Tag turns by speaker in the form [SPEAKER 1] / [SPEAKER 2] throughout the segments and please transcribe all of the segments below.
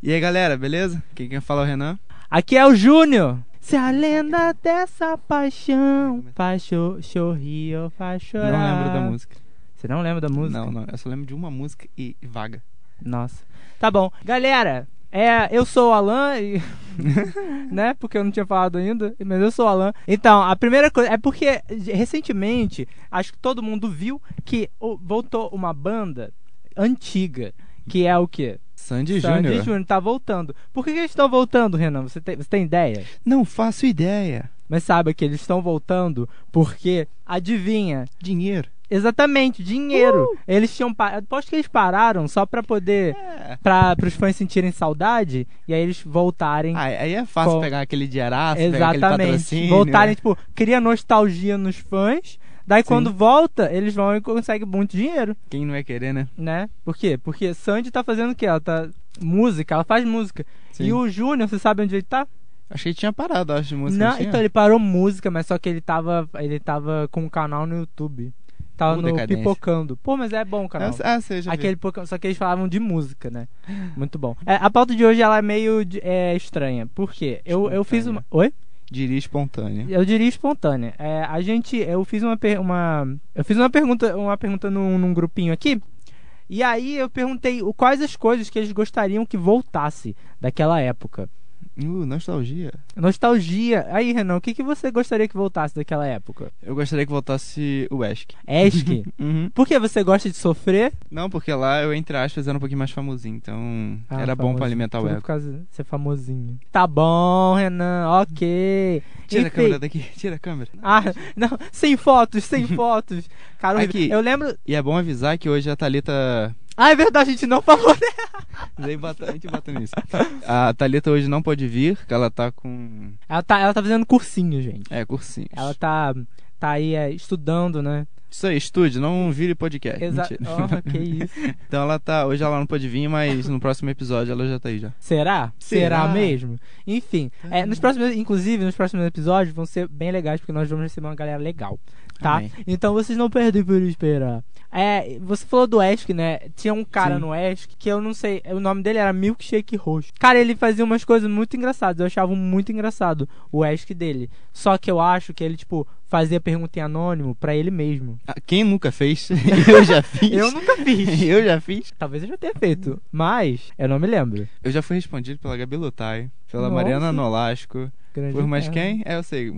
[SPEAKER 1] E aí, galera, beleza? Quem quer falar é o Renan?
[SPEAKER 2] Aqui é o Júnior. Se a lenda dessa paixão faz cho- sorrir ou faz chorar.
[SPEAKER 1] Não lembro da música.
[SPEAKER 2] Você não lembra da música?
[SPEAKER 1] Não, não. Eu só lembro de uma música e e vaga.
[SPEAKER 2] Nossa. Tá bom. Galera, é, eu sou o Alan e. né? Porque eu não tinha falado ainda, mas eu sou o Alan. Então, a primeira coisa. É porque recentemente, acho que todo mundo viu que o- voltou uma banda antiga, que é o quê?
[SPEAKER 1] Sandy
[SPEAKER 2] Sandy
[SPEAKER 1] Júnior.
[SPEAKER 2] Júnior tá voltando. Por que, que eles estão voltando, Renan? Você tem, você tem ideia?
[SPEAKER 1] Não faço ideia.
[SPEAKER 2] Mas saiba que eles estão voltando porque, adivinha,
[SPEAKER 1] Dinheiro.
[SPEAKER 2] exatamente, dinheiro.
[SPEAKER 1] Uh!
[SPEAKER 2] Eles tinham. Pa... Aposto que eles pararam só pra poder
[SPEAKER 1] É.
[SPEAKER 2] para os fãs sentirem saudade e aí eles voltarem.
[SPEAKER 1] Ah, aí é fácil
[SPEAKER 2] Com-
[SPEAKER 1] pegar aquele dinheiraço, pegar aquele
[SPEAKER 2] Exatamente.
[SPEAKER 1] patrocínio. né?
[SPEAKER 2] Voltarem, tipo, cria nostalgia nos fãs. Daí
[SPEAKER 1] Sim.
[SPEAKER 2] quando volta, eles vão e conseguem muito dinheiro,
[SPEAKER 1] Quem não ia querer, né?
[SPEAKER 2] né? Por quê? Porque Sandy tá fazendo o quê? Ela tá. Música, ela faz música.
[SPEAKER 1] Sim.
[SPEAKER 2] E o Júnior, você sabe onde ele tá?
[SPEAKER 1] Achei que tinha parado, acho, de música.
[SPEAKER 2] Não,
[SPEAKER 1] tinha.
[SPEAKER 2] então ele parou música, mas só que ele tava. Ele tava com um canal no YouTube. Tava
[SPEAKER 1] Uh,
[SPEAKER 2] no
[SPEAKER 1] decadência.
[SPEAKER 2] Pipocando. Pô, mas é bom o canal.
[SPEAKER 1] Ah, seja.
[SPEAKER 2] Aquele pouco- só que eles falavam de música, né? Muito bom. É, a pauta de hoje ela é meio de- é, estranha. Por quê? Eu, eu fiz uma. Oi?
[SPEAKER 1] Diria espontânea.
[SPEAKER 2] Eu diria espontânea. É, a gente. Eu fiz uma, per- uma. Eu fiz uma pergunta, uma pergunta num, num grupinho aqui. E aí eu perguntei o- quais as coisas que eles gostariam que voltasse daquela época.
[SPEAKER 1] Uh, nostalgia.
[SPEAKER 2] Nostalgia. Aí, Renan, o que, que você gostaria que voltasse daquela época?
[SPEAKER 1] Eu gostaria que voltasse o Esk.
[SPEAKER 2] Esk?
[SPEAKER 1] Uhum.
[SPEAKER 2] Por que você gosta de sofrer?
[SPEAKER 1] Não, porque lá eu, entre aspas, era um pouquinho mais famosinho, então
[SPEAKER 2] Ah,
[SPEAKER 1] era bom
[SPEAKER 2] famoso.
[SPEAKER 1] pra alimentar o
[SPEAKER 2] Tudo
[SPEAKER 1] ego.
[SPEAKER 2] por causa de ser famosinho. Tá bom, Renan, ok.
[SPEAKER 1] Tira a
[SPEAKER 2] Enfim.
[SPEAKER 1] câmera daqui, tira a câmera.
[SPEAKER 2] Ah, não, sem fotos, sem fotos. Cara,
[SPEAKER 1] Aqui.
[SPEAKER 2] eu lembro.
[SPEAKER 1] E é bom avisar que hoje a Thalita.
[SPEAKER 2] Ah, é verdade, a gente não falou dela.
[SPEAKER 1] Dei bata- A gente bota nisso. A Thalita hoje não pode vir, que ela tá com.
[SPEAKER 2] Ela tá, ela tá fazendo cursinho, gente.
[SPEAKER 1] É, cursinhos.
[SPEAKER 2] Ela tá, tá aí é, estudando, né?
[SPEAKER 1] Isso aí, estude, não vire podcast.
[SPEAKER 2] Exato.
[SPEAKER 1] É, Mentira.
[SPEAKER 2] Oh, que isso.
[SPEAKER 1] Então ela tá. Hoje ela não pode vir, mas no próximo episódio ela já tá aí já.
[SPEAKER 2] Será?
[SPEAKER 1] Será? Uhum.
[SPEAKER 2] Será mesmo? Enfim, é, nos próximos, inclusive, nos próximos episódios vão ser bem legais, porque nós vamos receber uma galera legal. tá?
[SPEAKER 1] Amém.
[SPEAKER 2] Então vocês não perdem por esperar. É, você falou do Esk, né? Tinha um cara
[SPEAKER 1] Sim.
[SPEAKER 2] no Esk que eu não sei, o nome dele era Milkshake Roxo. Cara, ele fazia umas coisas muito engraçadas, eu achava muito engraçado o Esk dele. Só que eu acho que ele, tipo, fazia pergunta em anônimo pra ele mesmo.
[SPEAKER 1] Ah, Quem nunca fez? eu já fiz.
[SPEAKER 2] Eu nunca fiz.
[SPEAKER 1] Eu já fiz.
[SPEAKER 2] Talvez eu já tenha feito, mas eu não me lembro.
[SPEAKER 1] Eu já fui respondido pela Gabi Lutai, pela
[SPEAKER 2] Nossa.
[SPEAKER 1] Mariana Nolasco,
[SPEAKER 2] Grande
[SPEAKER 1] por mais
[SPEAKER 2] merda.
[SPEAKER 1] quem? É, eu sei.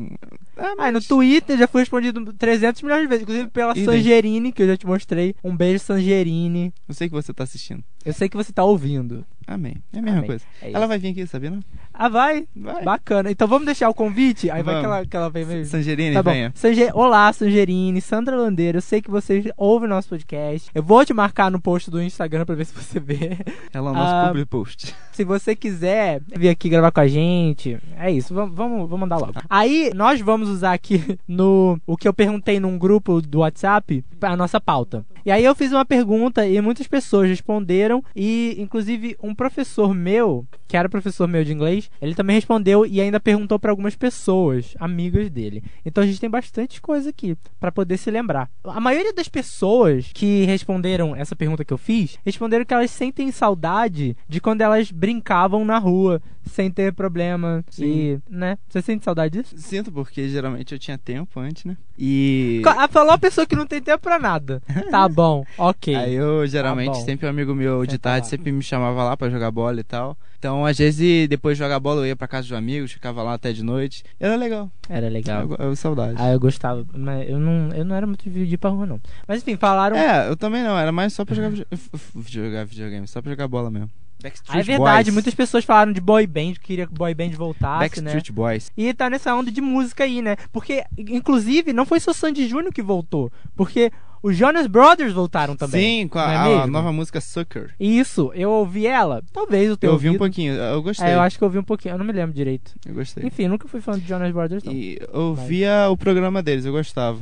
[SPEAKER 1] Ah,
[SPEAKER 2] Ah, e no Twitter já foi respondido 300 milhões de vezes, inclusive pela
[SPEAKER 1] Ih,
[SPEAKER 2] Sangerini, que eu já te mostrei. Um beijo, Sangerini.
[SPEAKER 1] Eu sei que você tá assistindo.
[SPEAKER 2] Eu sei que você tá ouvindo.
[SPEAKER 1] Amém. É a mesma
[SPEAKER 2] Amém.
[SPEAKER 1] coisa.
[SPEAKER 2] É
[SPEAKER 1] Ela
[SPEAKER 2] isso.
[SPEAKER 1] vai vir aqui, sabia? Não?
[SPEAKER 2] Ah, vai.
[SPEAKER 1] Vai.
[SPEAKER 2] Bacana. Então vamos deixar o convite? Aí vai
[SPEAKER 1] Vamos.
[SPEAKER 2] que ela, que ela vem mesmo.
[SPEAKER 1] Sangerine,
[SPEAKER 2] Tá bom.
[SPEAKER 1] venha.
[SPEAKER 2] Sange- Olá, Sangerine, Sandra Landeiro. Eu sei que vocês ouvem nosso podcast. Eu vou te marcar no post do Instagram pra ver se você vê.
[SPEAKER 1] Ela é o nosso
[SPEAKER 2] Ah.
[SPEAKER 1] public post.
[SPEAKER 2] Se você quiser vir aqui gravar com a gente, é isso. Vamos, vamos, vamos mandar logo. Aí nós vamos usar aqui no o que eu perguntei num grupo do WhatsApp a nossa pauta. E aí eu fiz uma pergunta e muitas pessoas responderam e inclusive um professor meu, que era professor meu de inglês, ele também respondeu e ainda perguntou para algumas pessoas, amigas dele. Então a gente tem bastante coisa aqui para poder se lembrar. A maioria das pessoas que responderam essa pergunta que eu fiz, responderam que elas sentem saudade de quando elas brincavam na rua sem ter problema
[SPEAKER 1] Sim.
[SPEAKER 2] e, né? Você sente saudade disso?
[SPEAKER 1] Sinto porque geralmente eu tinha tempo antes, né? E.
[SPEAKER 2] Co- Ah, falou a pessoa que não tem tempo pra nada. Tá bom, ok.
[SPEAKER 1] Aí eu geralmente,
[SPEAKER 2] Tá bom.
[SPEAKER 1] sempre um amigo meu de
[SPEAKER 2] Senta
[SPEAKER 1] tarde
[SPEAKER 2] lá.
[SPEAKER 1] sempre me chamava lá pra jogar bola e tal. Então, às vezes, depois de jogar bola, eu ia pra casa dos amigos, ficava lá até de noite. Era legal.
[SPEAKER 2] Era legal.
[SPEAKER 1] Eu, eu- saudade.
[SPEAKER 2] Ah, eu gostava, mas eu não, eu não era muito de ir pra rua, não. Mas enfim, falaram.
[SPEAKER 1] É, eu também não, era mais só pra jogar,
[SPEAKER 2] Uhum.
[SPEAKER 1] vide- f- f- jogar videogame, só pra jogar bola mesmo.
[SPEAKER 2] Ah,
[SPEAKER 1] Backstreet
[SPEAKER 2] é verdade,
[SPEAKER 1] Boys.
[SPEAKER 2] muitas pessoas falaram de boy band, que queria que boy band voltasse, né?
[SPEAKER 1] Backstreet Boys.
[SPEAKER 2] E tá nessa onda de música aí, né? Porque, inclusive, não foi só Sandy Júnior que voltou. Porque os Jonas Brothers voltaram também.
[SPEAKER 1] Sim, com
[SPEAKER 2] não é
[SPEAKER 1] a, a
[SPEAKER 2] mesmo?
[SPEAKER 1] nova música Sucker.
[SPEAKER 2] Isso, eu ouvi ela. Talvez eu tenha
[SPEAKER 1] Eu ouvi um
[SPEAKER 2] ouvido.
[SPEAKER 1] pouquinho, eu gostei.
[SPEAKER 2] É, eu
[SPEAKER 1] eu,
[SPEAKER 2] acho que eu ouvi um pouquinho. Eu não me lembro direito.
[SPEAKER 1] gostei.
[SPEAKER 2] Enfim, nunca fui fã de Jonas Brothers, não.
[SPEAKER 1] E eu via o programa deles, eu gostava.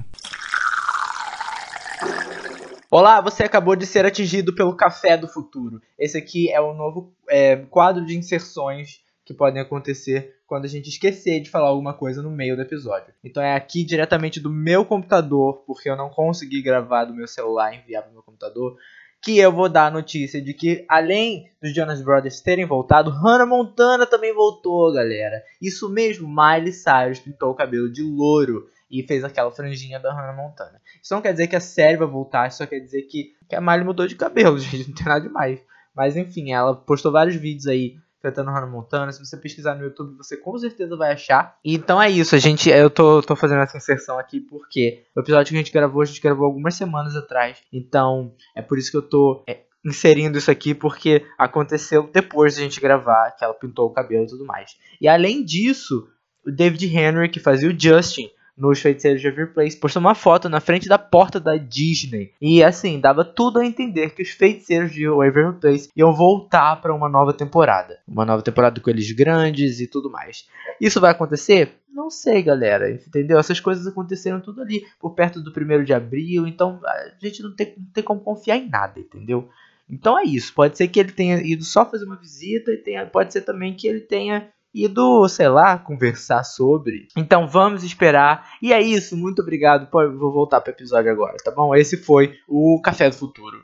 [SPEAKER 3] Olá, você acabou de ser atingido pelo Café do Futuro. Esse aqui é o novo é, quadro de inserções que podem acontecer quando a gente esquecer de falar alguma coisa no meio do episódio. Então é aqui diretamente do meu computador, porque eu não consegui gravar do meu celular e enviar pro meu computador. que eu vou dar a notícia de que, além dos Jonas Brothers terem voltado, Hannah Montana também voltou, galera. Isso mesmo, Miley Cyrus pintou o cabelo de louro e fez aquela franjinha da Hannah Montana. Isso não quer dizer que a série vai voltar, isso só quer dizer que, que a Miley mudou de cabelo, gente, não tem nada demais. Mas enfim, ela postou vários vídeos aí cantando Hannah Montana. Se você pesquisar no YouTube, você com certeza vai achar. Então é isso, a gente. Eu tô, tô fazendo essa inserção aqui porque o episódio que a gente gravou, a gente gravou algumas semanas atrás. Então é por isso que eu tô é, inserindo isso aqui, porque aconteceu depois da gente gravar, que ela pintou o cabelo e tudo mais. E além disso, o David Henry, que fazia o Justin. Nos feiticeiros de Everplace, postou uma foto na frente da porta da Disney. E assim, dava tudo a entender que os feiticeiros de Everplace iam voltar para uma nova temporada. Uma nova temporada com eles grandes e tudo mais. Isso vai acontecer? Não sei, galera. Entendeu? Essas coisas aconteceram tudo ali por perto do 1 de abril. Então a gente não tem, não tem como confiar em nada, entendeu? Então é isso. Pode ser que ele tenha ido só fazer uma visita e tenha, pode ser também que ele tenha ido, sei lá, conversar sobre. Então vamos esperar. E é isso. Muito obrigado. Pô, eu vou voltar pro episódio agora, tá bom? Esse foi o Café do Futuro.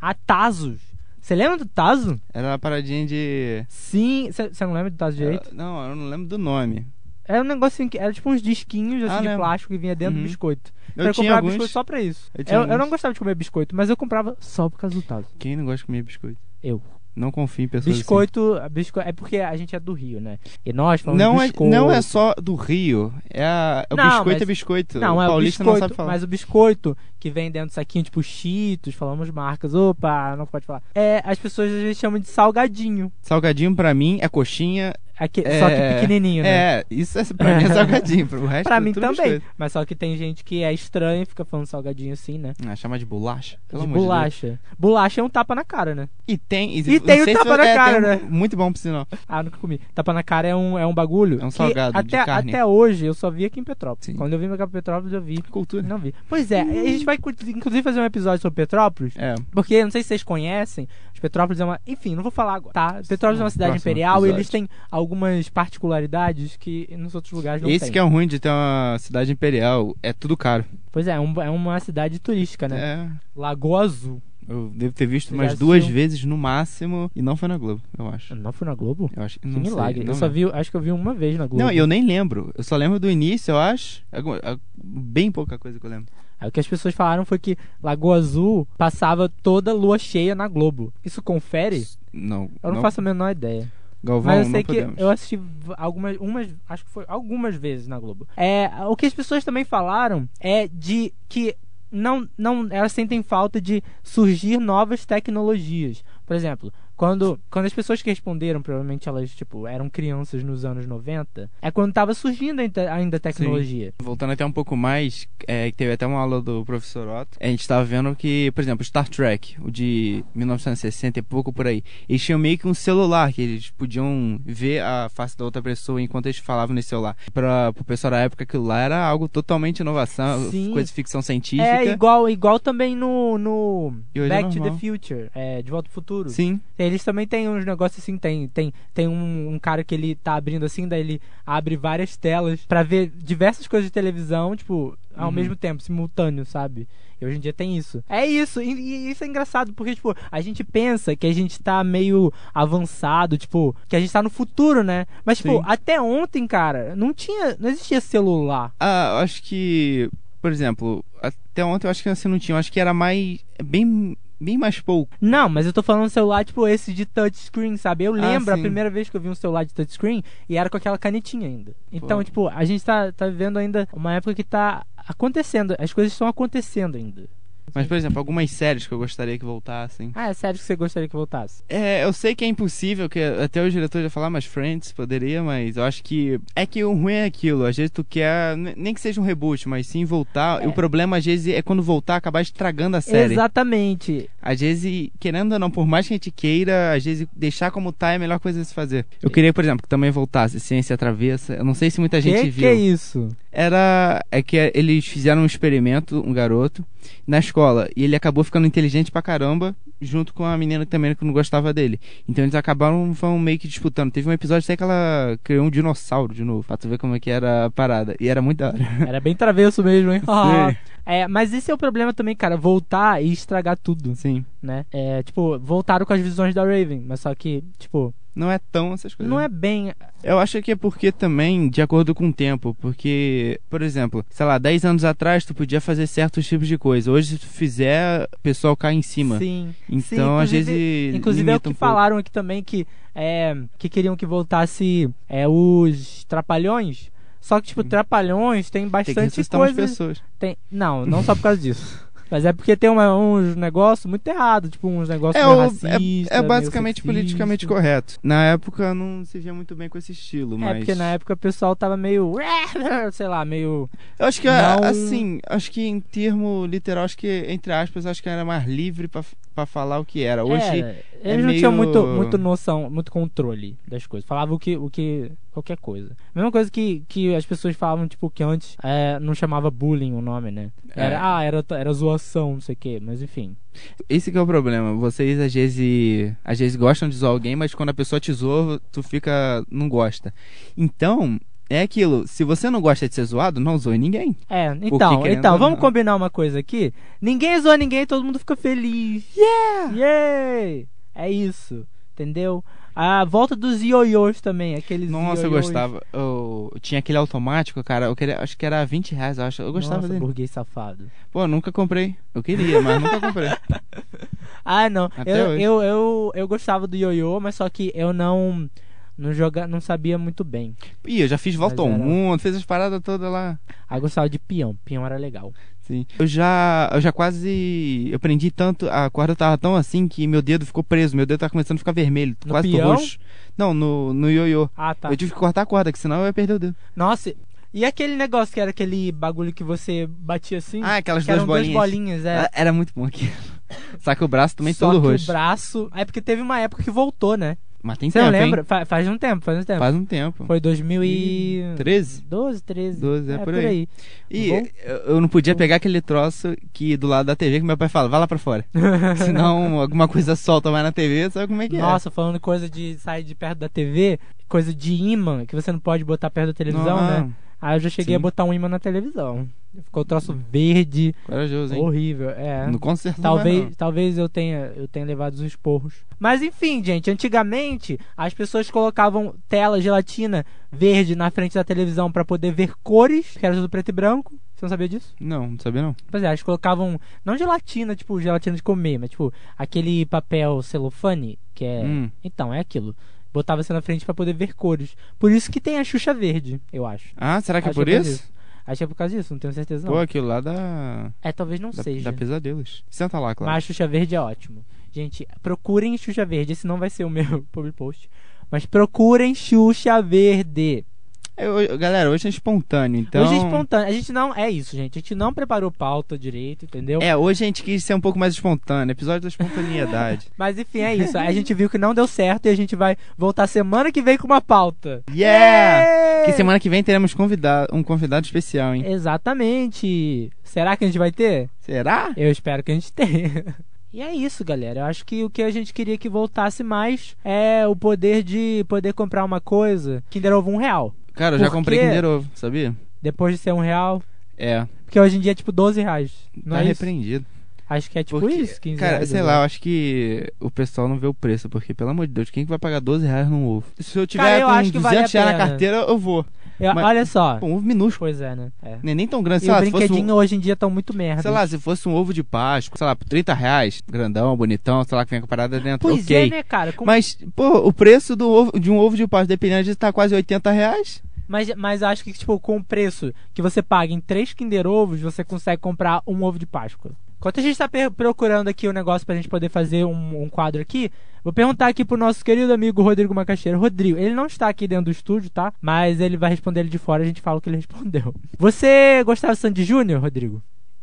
[SPEAKER 2] A Tazos. Você lembra do Tazo?
[SPEAKER 1] Era uma paradinha de.
[SPEAKER 2] Sim. Você não lembra do Tazo direito?
[SPEAKER 1] Eu- Ah, não, eu não lembro do nome.
[SPEAKER 2] Era um negocinho que era tipo uns disquinhos assim,
[SPEAKER 1] É. Ah,
[SPEAKER 2] de
[SPEAKER 1] lembro.
[SPEAKER 2] plástico que vinha dentro
[SPEAKER 1] Uhum.
[SPEAKER 2] do biscoito.
[SPEAKER 1] Eu
[SPEAKER 2] Pra
[SPEAKER 1] tinha
[SPEAKER 2] comprava
[SPEAKER 1] alguns.
[SPEAKER 2] biscoito só pra isso.
[SPEAKER 1] Eu
[SPEAKER 2] Eu,
[SPEAKER 1] tinha
[SPEAKER 2] eu não
[SPEAKER 1] alguns.
[SPEAKER 2] gostava de comer biscoito, mas eu comprava só por causa do Tazo.
[SPEAKER 1] Quem não gosta de comer biscoito?
[SPEAKER 2] Eu.
[SPEAKER 1] Não confio em pessoas assim.
[SPEAKER 2] Biscoito, bisco... é porque a gente é do Rio, né? E nós
[SPEAKER 1] assim.
[SPEAKER 2] falamos
[SPEAKER 1] Não é,
[SPEAKER 2] biscoito.
[SPEAKER 1] não é só do Rio. É a, é o
[SPEAKER 2] Não,
[SPEAKER 1] biscoito
[SPEAKER 2] mas-
[SPEAKER 1] é biscoito.
[SPEAKER 2] Não,
[SPEAKER 1] o
[SPEAKER 2] é o
[SPEAKER 1] paulista
[SPEAKER 2] biscoito,
[SPEAKER 1] não sabe falar.
[SPEAKER 2] mas o biscoito que vem dentro do saquinho, tipo Cheetos, falamos marcas, opa, não pode falar. É, as pessoas às vezes chamam de salgadinho.
[SPEAKER 1] Salgadinho pra mim é coxinha.
[SPEAKER 2] Aque-
[SPEAKER 1] É,
[SPEAKER 2] Só que pequenininho, né?
[SPEAKER 1] É, isso é, pra mim é salgadinho. Pro resto
[SPEAKER 2] Pra
[SPEAKER 1] é
[SPEAKER 2] mim
[SPEAKER 1] tudo
[SPEAKER 2] também.
[SPEAKER 1] biscoito.
[SPEAKER 2] Mas só que tem gente que é estranha e fica falando salgadinho assim, né?
[SPEAKER 1] Ah, chama de bolacha? Pelo
[SPEAKER 2] de
[SPEAKER 1] amor Deus.
[SPEAKER 2] bolacha. bolacha é um tapa na cara, né?
[SPEAKER 1] E tem.
[SPEAKER 2] E
[SPEAKER 1] não
[SPEAKER 2] tem o
[SPEAKER 1] sei se-
[SPEAKER 2] tapa na
[SPEAKER 1] é, tem
[SPEAKER 2] cara,
[SPEAKER 1] um-
[SPEAKER 2] né?
[SPEAKER 1] Muito bom pro sinal.
[SPEAKER 2] Ah, nunca comi. Tapa na cara é um, é um bagulho.
[SPEAKER 1] É um
[SPEAKER 2] que
[SPEAKER 1] salgado de
[SPEAKER 2] até,
[SPEAKER 1] carne.
[SPEAKER 2] até hoje eu só vi aqui em Petrópolis.
[SPEAKER 1] Sim.
[SPEAKER 2] Quando eu vim pra cá pra Petrópolis, eu vi.
[SPEAKER 1] Cultura.
[SPEAKER 2] Não vi. Pois é, a gente vai inclusive fazer um episódio sobre Petrópolis.
[SPEAKER 1] É.
[SPEAKER 2] Porque, não sei se vocês conhecem, mas Petrópolis é uma. Enfim, não vou falar agora. Tá? Petrópolis é uma cidade
[SPEAKER 1] Próximo
[SPEAKER 2] imperial e
[SPEAKER 1] episódio.
[SPEAKER 2] eles têm algumas particularidades que nos outros lugares não
[SPEAKER 1] Esse
[SPEAKER 2] tem.
[SPEAKER 1] que é o ruim de ter uma cidade imperial. É tudo caro.
[SPEAKER 2] Pois é, é um- é uma cidade turística, né?
[SPEAKER 1] É.
[SPEAKER 2] Lagoa Azul.
[SPEAKER 1] Eu devo ter visto
[SPEAKER 2] Você já
[SPEAKER 1] umas duas
[SPEAKER 2] assistiu?
[SPEAKER 1] vezes no máximo. E não foi na Globo, eu acho.
[SPEAKER 2] Eu não fui na Globo?
[SPEAKER 1] Eu acho que
[SPEAKER 2] que
[SPEAKER 1] não
[SPEAKER 2] milagre.
[SPEAKER 1] Sei,
[SPEAKER 2] eu
[SPEAKER 1] não
[SPEAKER 2] só
[SPEAKER 1] lembro.
[SPEAKER 2] vi, acho que eu vi uma vez na Globo.
[SPEAKER 1] Não, eu nem lembro. Eu só lembro do início, eu acho. Alguma- a- Bem pouca coisa que eu lembro.
[SPEAKER 2] Aí o que as pessoas falaram foi que Lagoa Azul passava toda lua cheia na Globo. Isso confere?
[SPEAKER 1] Não.
[SPEAKER 2] Eu não, faço a menor ideia.
[SPEAKER 1] Galvão,
[SPEAKER 2] Mas eu sei
[SPEAKER 1] não
[SPEAKER 2] que
[SPEAKER 1] podemos.
[SPEAKER 2] eu assisti v- algumas, umas, acho que foi algumas vezes na Globo. É, o que as pessoas também falaram é de que não, não, elas sentem falta de surgir novas tecnologias. Por exemplo, quando, quando as pessoas que responderam, provavelmente elas tipo eram crianças nos anos 90, é quando estava surgindo ainda, ainda a tecnologia.
[SPEAKER 1] Voltando até um pouco mais, é, que teve até uma aula do professor Otto. A gente tava vendo que, por exemplo, Star Trek, o de 1960 e pouco por aí, eles tinham meio que um celular que eles podiam ver a face da outra pessoa enquanto eles falavam nesse celular. Para o pessoal da época, aquilo lá era algo totalmente inovação,
[SPEAKER 2] Sim.
[SPEAKER 1] coisa de ficção científica.
[SPEAKER 2] É igual, igual também no, no
[SPEAKER 1] E hoje é
[SPEAKER 2] Back to the
[SPEAKER 1] normal.
[SPEAKER 2] Future, é, De Volta ao Futuro.
[SPEAKER 1] Sim,
[SPEAKER 2] Eles também têm uns negócios assim, tem, tem, tem um, um cara que ele tá abrindo assim, daí ele abre várias telas pra ver diversas coisas de televisão, tipo, ao
[SPEAKER 1] Uhum.
[SPEAKER 2] mesmo tempo, simultâneo, sabe? E hoje em dia tem isso. É isso, e, e isso é engraçado, porque, tipo, a gente pensa que a gente tá meio avançado, tipo, que a gente tá no futuro, né? Mas, tipo,
[SPEAKER 1] Sim.
[SPEAKER 2] até ontem, cara, não tinha, não existia celular.
[SPEAKER 1] Ah, eu acho que, por exemplo, até ontem eu acho que assim não tinha, eu acho que era mais bem bem mais pouco.
[SPEAKER 2] Não, mas eu tô falando celular, tipo, esse de touchscreen, sabe? Eu lembro a
[SPEAKER 1] Ah, sim.
[SPEAKER 2] primeira vez que eu vi um celular de touchscreen e era com aquela canetinha ainda. Então,
[SPEAKER 1] Pô.
[SPEAKER 2] tipo, a gente tá, tá vivendo ainda uma época que tá acontecendo, as coisas estão acontecendo ainda.
[SPEAKER 1] Mas por exemplo, algumas séries que eu gostaria que voltassem.
[SPEAKER 2] Ah, é sério que você gostaria que voltasse?
[SPEAKER 1] É, eu sei que é impossível, que até o diretor já falar, mas Friends poderia, mas eu acho que é que o ruim é aquilo, às vezes tu quer n- nem que seja um reboot, mas sim voltar. E o problema às vezes é quando voltar acabar estragando a série.
[SPEAKER 2] Exatamente.
[SPEAKER 1] Às vezes, querendo ou não, por mais que a gente queira, às vezes deixar como tá é a melhor coisa a se fazer. Eu queria, por exemplo, que também voltasse Ciência Travessa. Eu não sei se muita gente
[SPEAKER 2] É. que
[SPEAKER 1] viu.
[SPEAKER 2] que é isso?
[SPEAKER 1] Era. É que eles fizeram um experimento, um garoto. na escola. E ele acabou ficando inteligente pra caramba, junto com a menina que também que não gostava dele. Então eles acabaram vão meio que disputando. Teve um episódio até que ela criou um dinossauro de novo, pra tu ver como é que era a parada. E era muito da hora.
[SPEAKER 2] Era bem travesso mesmo, hein?
[SPEAKER 1] Sim.
[SPEAKER 2] É, mas esse é o problema também, cara. Voltar e estragar tudo,
[SPEAKER 1] Sim.
[SPEAKER 2] né? É, tipo, voltaram com as visões da Raven, mas só que, tipo,
[SPEAKER 1] Não é tão essas coisas.
[SPEAKER 2] não é bem.
[SPEAKER 1] Eu acho que é porque também, de acordo com o tempo, porque, por exemplo, sei lá, 10 anos atrás tu podia fazer certos tipos de coisa. Hoje, se tu fizer, o pessoal cai em cima.
[SPEAKER 2] Sim. Sim,
[SPEAKER 1] Então, às
[SPEAKER 2] inclusive-
[SPEAKER 1] vezes.
[SPEAKER 2] Inclusive é o
[SPEAKER 1] limita
[SPEAKER 2] que
[SPEAKER 1] um pouco.
[SPEAKER 2] falaram aqui também que é, que queriam que voltasse é, os trapalhões. Só que, tipo, trapalhões tem
[SPEAKER 1] Tem que
[SPEAKER 2] bastante
[SPEAKER 1] ressuscitar umas
[SPEAKER 2] coisa.
[SPEAKER 1] pessoas.
[SPEAKER 2] Tem... Não, não só por causa disso. Mas é porque tem uma- uns negócios muito errados, tipo, uns negócios
[SPEAKER 1] É,
[SPEAKER 2] meio
[SPEAKER 1] o-
[SPEAKER 2] racista,
[SPEAKER 1] É
[SPEAKER 2] meio
[SPEAKER 1] basicamente
[SPEAKER 2] sexista. É,
[SPEAKER 1] politicamente correto. Na época não se via muito bem com esse estilo, mas.
[SPEAKER 2] É, porque na época o pessoal tava meio. Sei lá, meio.
[SPEAKER 1] Eu acho que,
[SPEAKER 2] Não-
[SPEAKER 1] assim, acho que em termo literal, acho que, entre aspas, acho que era mais livre pra, pra falar o que era. Hoje.
[SPEAKER 2] É,
[SPEAKER 1] é
[SPEAKER 2] eles não
[SPEAKER 1] meio-
[SPEAKER 2] tinham muito, muito noção, muito controle das coisas. Falavam o que. O que qualquer coisa. Mesma coisa que, que as pessoas falavam, tipo, que antes é, não chamava bullying o nome, né? Era,
[SPEAKER 1] É.
[SPEAKER 2] Ah, era, era zoação, não sei o quê, mas enfim.
[SPEAKER 1] Esse que é o problema. Vocês às vezes, às vezes gostam de zoar alguém, mas quando a pessoa te zoa, tu fica. não gosta. Então, é aquilo. Se você não gosta de ser zoado, não zoe ninguém.
[SPEAKER 2] É, então,
[SPEAKER 1] querendo
[SPEAKER 2] então,
[SPEAKER 1] ou
[SPEAKER 2] vamos
[SPEAKER 1] não.
[SPEAKER 2] combinar uma coisa aqui. Ninguém zoa ninguém, todo mundo fica feliz. Yeah! Yay! É isso, entendeu? A volta dos ioiôs também, aqueles
[SPEAKER 1] Nossa, eu
[SPEAKER 2] ioiôs.
[SPEAKER 1] gostava. Eu tinha aquele automático, cara. Eu queria, acho que era 20 reais, eu acho. Eu gostava
[SPEAKER 2] Nossa,
[SPEAKER 1] dele.
[SPEAKER 2] burguês safado.
[SPEAKER 1] Pô, eu nunca comprei. Eu queria, mas nunca comprei.
[SPEAKER 2] Ah, não.
[SPEAKER 1] Até
[SPEAKER 2] Eu,
[SPEAKER 1] hoje.
[SPEAKER 2] eu, eu, eu gostava do ioiô, mas só que eu não não joga, não sabia muito bem.
[SPEAKER 1] Ih, eu já fiz volta ao
[SPEAKER 2] Mas era-
[SPEAKER 1] mundo, fez as paradas todas lá.
[SPEAKER 2] Aí eu gostava de peão. Peão era legal.
[SPEAKER 1] Sim. Eu já, eu já quase. Eu prendi tanto. A corda tava tão assim que meu dedo ficou preso. Meu dedo tá começando a ficar vermelho,
[SPEAKER 2] No
[SPEAKER 1] quase
[SPEAKER 2] peão?
[SPEAKER 1] roxo. Não, no, no ioiô.
[SPEAKER 2] Ah, tá.
[SPEAKER 1] Eu tive que cortar a corda, que senão eu ia perder o dedo.
[SPEAKER 2] Nossa, e aquele negócio que era aquele bagulho que você batia assim?
[SPEAKER 1] Ah, aquelas
[SPEAKER 2] que eram
[SPEAKER 1] duas
[SPEAKER 2] duas
[SPEAKER 1] bolinhas.
[SPEAKER 2] bolinhas, é.
[SPEAKER 1] Ah, Era muito bom aquilo. Só que o braço também
[SPEAKER 2] Só
[SPEAKER 1] todo
[SPEAKER 2] que
[SPEAKER 1] roxo.
[SPEAKER 2] o braço. É porque teve uma época que voltou, né?
[SPEAKER 1] Mas tem
[SPEAKER 2] Você
[SPEAKER 1] tempo,
[SPEAKER 2] não lembra?
[SPEAKER 1] hein?
[SPEAKER 2] Fa- faz um tempo, faz um tempo.
[SPEAKER 1] Faz um tempo.
[SPEAKER 2] Foi 2012,
[SPEAKER 1] 13?
[SPEAKER 2] 13.
[SPEAKER 1] 12, é, por aí. E
[SPEAKER 2] Bom.
[SPEAKER 1] eu eu não podia pegar aquele troço que do lado da TV que meu pai fala, vai lá pra fora. Senão alguma coisa solta mais na TV, sabe como é que
[SPEAKER 2] Nossa, falando coisa de sair de perto da TV, coisa de imã, que você não pode botar perto da
[SPEAKER 1] é?
[SPEAKER 2] televisão, né? Aí eu já cheguei
[SPEAKER 1] Sim.
[SPEAKER 2] a botar um imã na televisão. Ficou um troço verde,
[SPEAKER 1] Corajoso, hein?
[SPEAKER 2] horrível. É.
[SPEAKER 1] Não consertou
[SPEAKER 2] Talvez,
[SPEAKER 1] mais,
[SPEAKER 2] talvez eu tenha, eu tenha levado os esporros. Mas enfim, gente, antigamente as pessoas colocavam tela gelatina verde na frente da televisão pra poder ver cores, que era tudo preto e branco. Você não sabia disso?
[SPEAKER 1] não. Não, não sabia não.
[SPEAKER 2] Pois é, elas colocavam não gelatina, tipo gelatina de comer, mas tipo aquele papel celofane, que é
[SPEAKER 1] Hum.
[SPEAKER 2] então, é aquilo. Botava você na frente pra poder ver cores. Por isso que tem a Xuxa verde, eu acho.
[SPEAKER 1] Ah, será que
[SPEAKER 2] Acho
[SPEAKER 1] é por
[SPEAKER 2] que é por
[SPEAKER 1] isso?
[SPEAKER 2] Acho que é por causa disso, não tenho certeza não.
[SPEAKER 1] Pô, aquilo lá dá,
[SPEAKER 2] É, talvez não
[SPEAKER 1] dá,
[SPEAKER 2] seja.
[SPEAKER 1] dá pesadelos. Senta lá, claro.
[SPEAKER 2] Mas Xuxa Verde é ótimo. Gente, procurem Xuxa Verde. Esse não vai ser o meu public post. Mas procurem Xuxa Verde.
[SPEAKER 1] Eu- eu- galera, hoje é espontâneo, então...
[SPEAKER 2] Hoje é espontâneo. A gente não. É isso, gente. A gente não preparou pauta direito, entendeu?
[SPEAKER 1] É, hoje a gente quis ser um pouco mais espontâneo. Episódio da espontaneidade.
[SPEAKER 2] Mas enfim, é isso. A gente viu que não deu certo e a gente vai voltar semana que vem com uma pauta. É.
[SPEAKER 1] yeah!
[SPEAKER 2] Êêê!
[SPEAKER 1] É. Que semana que vem teremos convidado, um convidado especial, hein?
[SPEAKER 2] Exatamente. Será que a gente vai ter?
[SPEAKER 1] Será?
[SPEAKER 2] Eu espero que a gente tenha. E é isso, galera. Eu acho que o que a gente queria que voltasse mais é o poder de poder comprar uma coisa. Kinder Ovo um real.
[SPEAKER 1] Cara, eu já
[SPEAKER 2] Por
[SPEAKER 1] comprei
[SPEAKER 2] quê?
[SPEAKER 1] Kinder Ovo, sabia?
[SPEAKER 2] Depois de ser um real.
[SPEAKER 1] É,
[SPEAKER 2] Porque hoje em dia é tipo 12 reais. Não
[SPEAKER 1] tá
[SPEAKER 2] é isso?
[SPEAKER 1] repreendido.
[SPEAKER 2] Acho que é tipo
[SPEAKER 1] Porque,
[SPEAKER 2] isso, 15
[SPEAKER 1] cara,
[SPEAKER 2] reais,
[SPEAKER 1] sei
[SPEAKER 2] né?
[SPEAKER 1] lá, eu acho que o pessoal não vê o preço, porque, pelo amor de Deus, quem que vai pagar 12 reais num ovo? Se eu tiver
[SPEAKER 2] Cara, eu
[SPEAKER 1] com
[SPEAKER 2] acho que
[SPEAKER 1] 200
[SPEAKER 2] vale a
[SPEAKER 1] reais na
[SPEAKER 2] pena.
[SPEAKER 1] carteira, eu vou.
[SPEAKER 2] Eu-
[SPEAKER 1] mas-
[SPEAKER 2] Olha só.
[SPEAKER 1] Pô, um ovo minúsculo,
[SPEAKER 2] Pois é, né? É.
[SPEAKER 1] nem, nem tão grande,
[SPEAKER 2] E
[SPEAKER 1] sei
[SPEAKER 2] o
[SPEAKER 1] lá, se fosse
[SPEAKER 2] brinquedinho
[SPEAKER 1] um,
[SPEAKER 2] hoje em dia tão muito merda.
[SPEAKER 1] sei lá, se fosse um ovo de Páscoa, sei lá, por 30 reais, grandão, bonitão, sei lá, que vem com a parada dentro,
[SPEAKER 2] Pois
[SPEAKER 1] ok.
[SPEAKER 2] é, né, cara? Com- Mas...
[SPEAKER 1] Mas, pô, o preço do ovo- de um ovo de Páscoa, dependendo disso, tá quase 80 reais.
[SPEAKER 2] Mas, acho que, tipo, com o preço que você paga em 3 Kinder Ovos, você consegue comprar um ovo de Páscoa. Enquanto a gente tá per- procurando aqui o negócio pra gente poder fazer um, um quadro aqui, vou perguntar aqui pro nosso querido amigo Rodrigo Macaxeira. Rodrigo, ele não está aqui dentro do estúdio, tá? Mas ele vai responder ele de fora, a gente fala o que ele respondeu. Você gostava de Sandy Júnior, Rodrigo?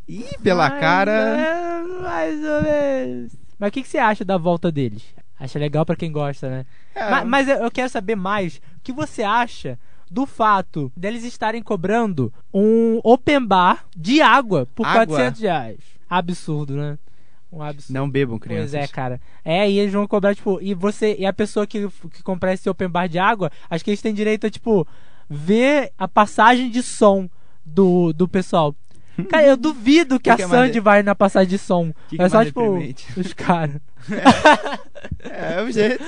[SPEAKER 1] Ih, pela
[SPEAKER 2] Mais né?
[SPEAKER 1] cara.
[SPEAKER 2] ou- mais ou menos. Mas o que, que você acha da volta deles? Acha legal pra quem gosta, né?
[SPEAKER 1] É,
[SPEAKER 2] Ma- Mas, eu eu quero saber mais. O que você acha do fato deles estarem cobrando um open bar de água por
[SPEAKER 1] Água?
[SPEAKER 2] 400 reais? absurdo, né? Um absurdo.
[SPEAKER 1] Não bebam, crianças.
[SPEAKER 2] Pois é, cara. É, e eles vão cobrar, tipo, e você, e a pessoa que, que comprar esse open bar de água, acho que eles têm direito a, tipo, ver a passagem de som do, do pessoal. Cara, eu duvido que,
[SPEAKER 1] Que
[SPEAKER 2] a
[SPEAKER 1] que é mais
[SPEAKER 2] Sandy
[SPEAKER 1] de-
[SPEAKER 2] vai na passagem de som.
[SPEAKER 1] Que que
[SPEAKER 2] é
[SPEAKER 1] é
[SPEAKER 2] só,
[SPEAKER 1] mais
[SPEAKER 2] tipo,
[SPEAKER 1] deprimente?
[SPEAKER 2] os caras.
[SPEAKER 1] É, é o jeito.